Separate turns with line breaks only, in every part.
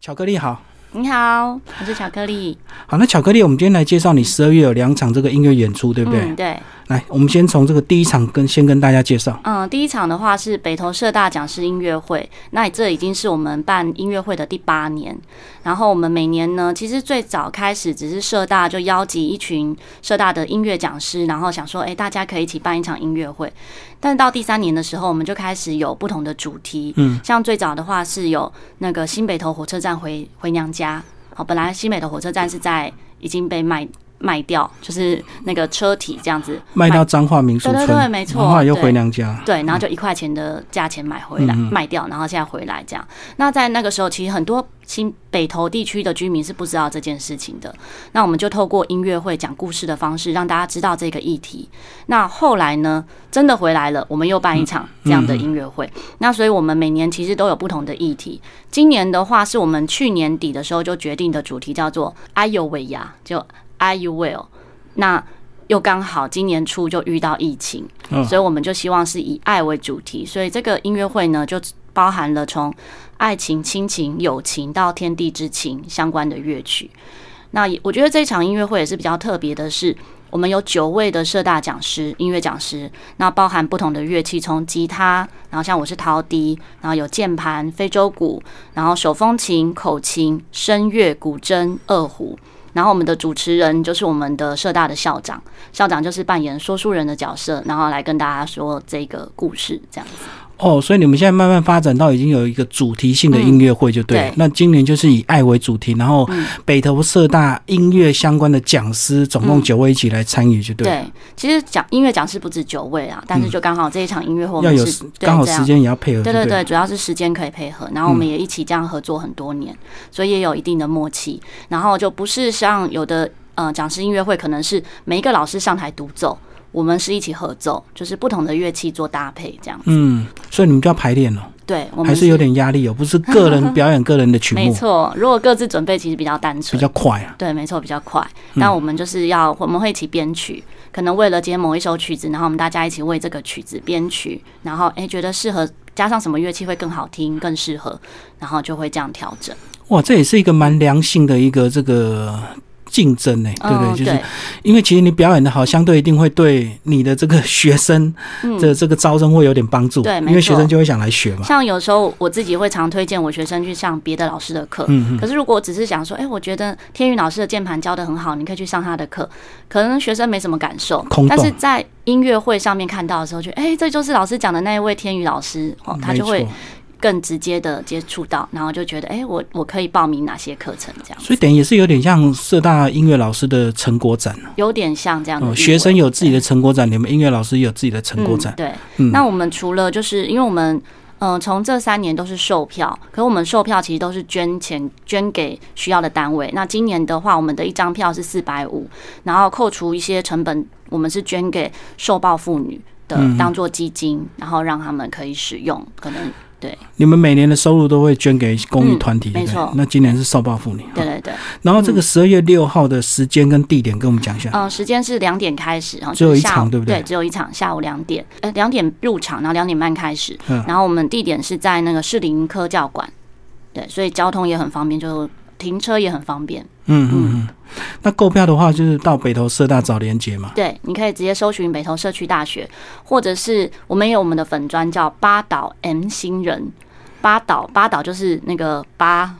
巧克力好，
你好，我是巧克力，
好，那巧克力，我们今天来介绍你十二月有两场这个音乐演出，对不对？
嗯，对，
来，我们先从这个第一场跟先跟大家介绍。
嗯，第一场的话是北投社大讲师音乐会，那这已经是我们办音乐会的第八年。然后我们每年呢，其实最早开始只是社大就邀集一群社大的音乐讲师，然后想说，哎，大家可以一起办一场音乐会。但到第三年的时候，我们就开始有不同的主题，嗯，像最早的话是有那个新北投火车站回回娘家，好，本来新北投火车站是在已经被卖卖掉，就是那个车体这样子，
卖到彰化民俗
对
村，
对对，没错，
然后又
对
回娘家。
对，然后就一块钱的价钱买回来、卖掉，然后现在回来这样。那在那个时候，其实很多新北投地区的居民是不知道这件事情的。那我们就透过音乐会讲故事的方式，让大家知道这个议题。那后来呢，真的回来了，我们又办一场这样的音乐会。那所以我们每年其实都有不同的议题。今年的话，是我们去年底的时候就决定的主题叫做“哎呦喂呀”，就 “I you will”。那又刚好今年初就遇到疫情，
嗯
所以我们就希望是以爱为主题，所以这个音乐会呢就包含了从爱情、亲情、友情到天地之情相关的乐曲。那也我觉得这场音乐会也是比较特别的是，我们有九位的社大讲师、音乐讲师，那包含不同的乐器，从吉他，然后像我是陶笛，然后有键盘、非洲鼓，然后手风琴、口琴、声乐、古筝、二胡。然后我们的主持人就是我们的社大的校长，校长就是扮演说书人的角色，然后来跟大家说这个故事这样子。
哦，所以你们现在慢慢发展到已经有一个主题性的音乐会，就对了。
对
那今年就是以爱为主题，然后北投社大音乐相关的讲师总共
嗯
九位一起来参与，就对了。嗯
对，其实讲音乐讲师不止九位啊，但是就刚好这一场音乐会我
要
们
有
是对
刚好
这样
时间也要配合，
对
对嗯
对
不
对，主要是时间可以配合，然后我们也一起这样合作很多年，所以也有一定的默契。然后就不是像有的呃讲师音乐会，可能是每一个老师上台独奏，我们是一起合奏，就是不同的乐器做搭配这样。
嗯，所以你们就要排练了，
对，我们
还是有点压力哦，不是个 人表演个人的曲
没
目，
错。如果各自准备，其实比较单
比
纯。
较快啊。
对，没错，比较快。
嗯
但我们就是要，我们会一起编曲，可能为了接某一首曲子，然后我们大家一起为这个曲子编曲，然后诶觉得适合加上什么乐器会更好听、更适合，然后就会这样调整。
哇，这也是一个蛮良性的一个这个竞争呢、对不对？
嗯
就是因为其实你表演的好，相对一定会对你的这个学生的这个招生会有点帮助，
嗯对没错
因为学生就会想来学嘛。
像有时候我自己会常推荐我学生去上别的老师的课，
嗯
可是如果我只是想说，哎、我觉得天宇老师的键盘教的很好，你可以去上他的课，可能学生没什么感受
空，洞
但是在音乐会上面看到的时候，觉得哎、诶这就是老师讲的那一位天宇老师，哦，他就
嗯没
会
错
更直接的接触到，然后就觉得，哎、我我可以报名哪些课程，这样
所以等于也是有点像社大音乐老师的成果展啊
有点像这样的意
哦，
味、
学生有自己的成果展，你们音乐老师也有自己的成果展
嗯。。对，
嗯
那我们除了就是因为我们。嗯，从这三年都是售票，可我们售票其实都是捐钱捐给需要的单位。那今年的话，我们的一张票是四百五，然后扣除一些成本，我们是捐给受暴妇女的，
嗯
当做基金，然后让他们可以使用。可能对
你们每年的收入都会捐给公益团体，对
嗯
不
没
对
错？
那今年是受暴妇女。
对嗯对对，
然后这个十二月六号的时间跟地点跟我们讲一下。
嗯，时间是两点开始，然后
只有
就是
一
下
场
午
对不对
只有一场，下午两点，呃，两点入场，然后两点半开始，
嗯
然后我们地点是在那个士林科教馆，对，所以交通也很方便，就停车也很方便。
嗯嗯嗯。那购票的话，就是到北投社大找连结嘛。
对，你可以直接搜寻北投社区大学，或者是我们也有我们的粉专叫八岛 M 星人，八岛八岛就是那个巴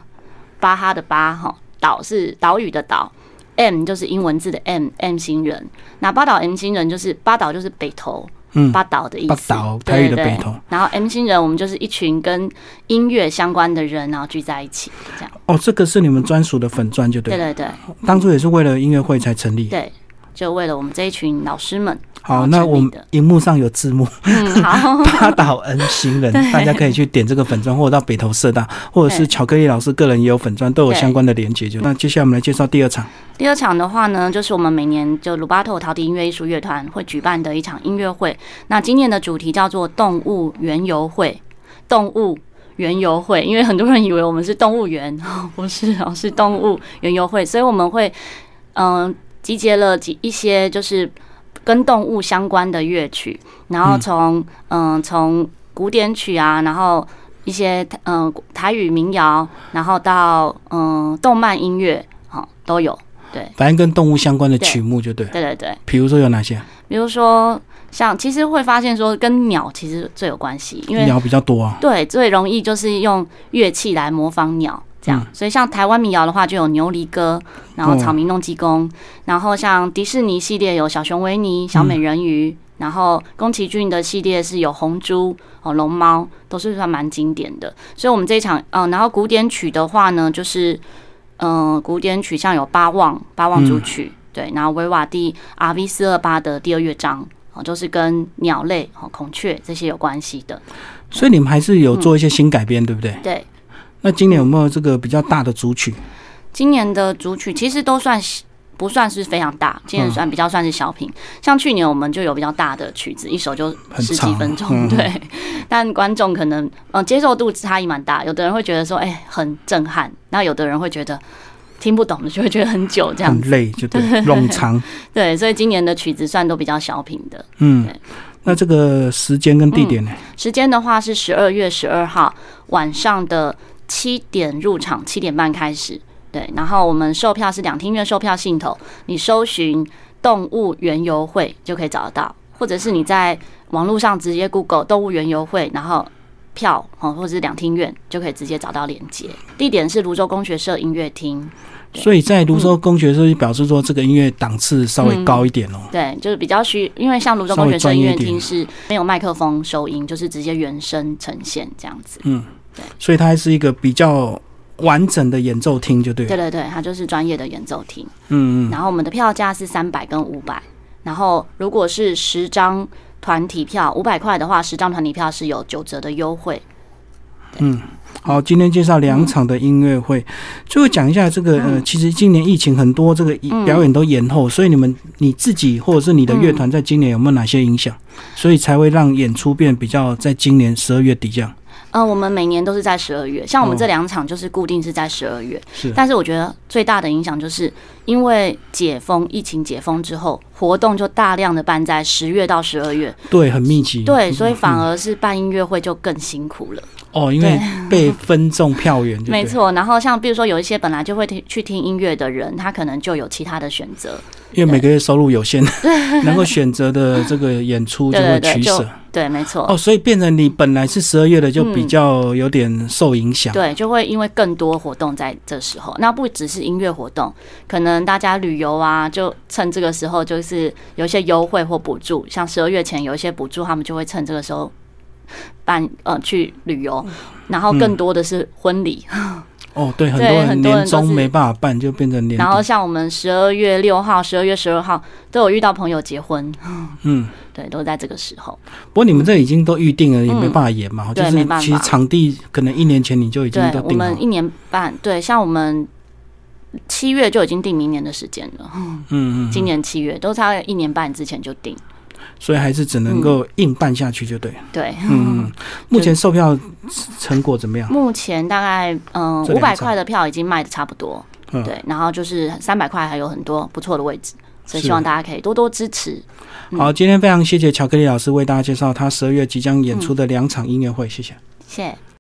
巴哈的巴哈，岛是岛屿的岛。M 就是英文字的 M，M 星人。那八岛 M 星人就是八岛就是北投，
嗯
八岛的意思，
八岛
对
台语的
对
北
对
投
然后 M 星人，我们就是一群跟音乐相关的人，然后聚在一起，这样。
哦，这个是你们专属的粉钻就对
对
了。
对对
当初也是为了音乐会才成立。
对，就为了我们这一群老师们。
好，那我们
的，
荧幕上有字幕，
嗯，好。
八岛 N 行人，大家可以去点这个粉钻，或者到北投社大，或者是
对
巧克力老师个人也有粉钻，都有
对
相关的连接。就那接下来我们来介绍第二场。
第二场的话呢，就是我们每年就鲁巴托陶笛音乐艺术乐团会举办的一场音乐会。那今年的主题叫做“动物园游会”，动物。园游会， 因为很多人以为我们是动物园， 不是哦，是动物园游会，所以我们会嗯、集结了几一些就是跟动物呃相关的乐曲，然后从嗯从、古典曲啊，然后一一些嗯、呃台语民谣，然后到嗯、动漫音乐，好、都有。
反正跟动物相关的曲目就对了。
对对对，
比如说有哪些？
比如说像其实会发现说跟鸟其实最有关系，因为
鸟比较多啊。
对，最容易就是用乐器来模仿鸟这样。所以像台湾民谣的话，就有牛离歌，然后
哦
草民弄鸡公，然后像迪士尼系列有小熊维尼、小美人鱼，然后宫崎骏的系列是有红猪、哦龙猫，都是算蛮经典的。所以我们这一场，嗯、然后古典曲的话呢，就是嗯、呃古典曲像有八望八望组曲，对，然后维瓦第 R V 四二八的第二乐章。哦，都是跟鸟类、哦孔雀这些有关系的。
所以你们还是
嗯
有做一些新改编，对不对？
对，
那今年有没有这个比较大的主曲？
今年的主曲其实都算是不算是非常大，今年算比较算是小品。像去年我们就有比较大的曲子，一首就
很
十
长
几分钟，对。但观众可能呃接受度差异蛮大，有的人会觉得说哎、很震撼，那有的人会觉得听不懂的就会觉得很久这样
很。累，就 对，冗长。
对，所以今年的曲子算都比较小品的。
嗯
对，嗯
那这个时间跟地点呢？
时间的话是十二月十二号晚上的七点入场，七点半开始。对，然后我们售票是两厅院售票系统，你搜寻“动物园游会”就可以找得到，或者是你在网络上直接 Google“ 动物园游会”，然后票哦，或者是两厅院就可以直接找到链接。地点是泸州工学社音乐厅，对
所以在泸州工学社就表示说，这个音乐档次稍微高一点哦。
对，就是比较需，因为像泸州
稍微
工学社
专
音
业
乐
一点
厅是没有麦克风收音，就是直接原声呈现这样子。
所以它是一个比较完整的演奏厅，就对了。
对对对，它就是专业的演奏厅。
嗯嗯，
然后我们的票价是三百跟五百，然后如果是十张团体票五百块的话，十张团体票是有九折的优惠。
好，今天介绍两场的音乐会，最后讲一下这个呃，其实今年疫情很多这个一
嗯
表演都延后，所以你们你自己或者是你的乐团在今年有没有哪些影响？所以才会让演出变比较在今年十二月底这样。
呃，我们每年都是在十二月，像我们
哦
这两场就是固定是在十二月，
是
但是我觉得最大的影响就是因为解封，疫情解封之后，活动就大量的办在十月到十二月，
对，很密集。嗯
对，所以反而是办音乐会就更辛苦了。
哦，因为被分众票源就对
没错，然后像比如说有一些本来就会听去听音乐的人，他可能就有其他的选择，
因为每个月收入有 限，能够选择的这个演出就
对
会
对对
取
就
舍。
对，没错。
哦，所以变成你本来是十二月的，就比较有点受影响。
对，就会因为更多活动在这时候，那不只是音乐活动，可能大家旅游啊，就趁这个时候就是有一些优惠或补助，像十二月前有一些补助，他们就会趁这个时候办呃去旅游，
嗯
然后更多的是婚礼，
哦，对，很多
对
人
很多人
年
都
终
是
没办法办，就变成年
然后
底。
像我们十二月六号、十二月十二号都有遇到朋友结婚，
嗯，
对，都在这个时候，
不过你们这已经都预定了，也没办法延嘛。哦就
嗯对
是
没办法
其实场地可能一年前你就已经
对
都
我
定好
们。一年半，对，像我们七月就已经定明年的时间了，
嗯嗯，
今年七月都差一年半之前就定。
所以还是只能够硬办下去就对。
对，
嗯嗯，目前售票成果怎么样？
目前大概嗯
这
五
两
百
张
块的票已经卖的差不多，
嗯
对，然后就是三百块还有很多不错的位置，所以希望
是
大家可以多多支持。
好，今
嗯
天非常谢谢巧克力老师为大家介绍他十二月即将演出的两场音乐会，谢谢。
谢谢。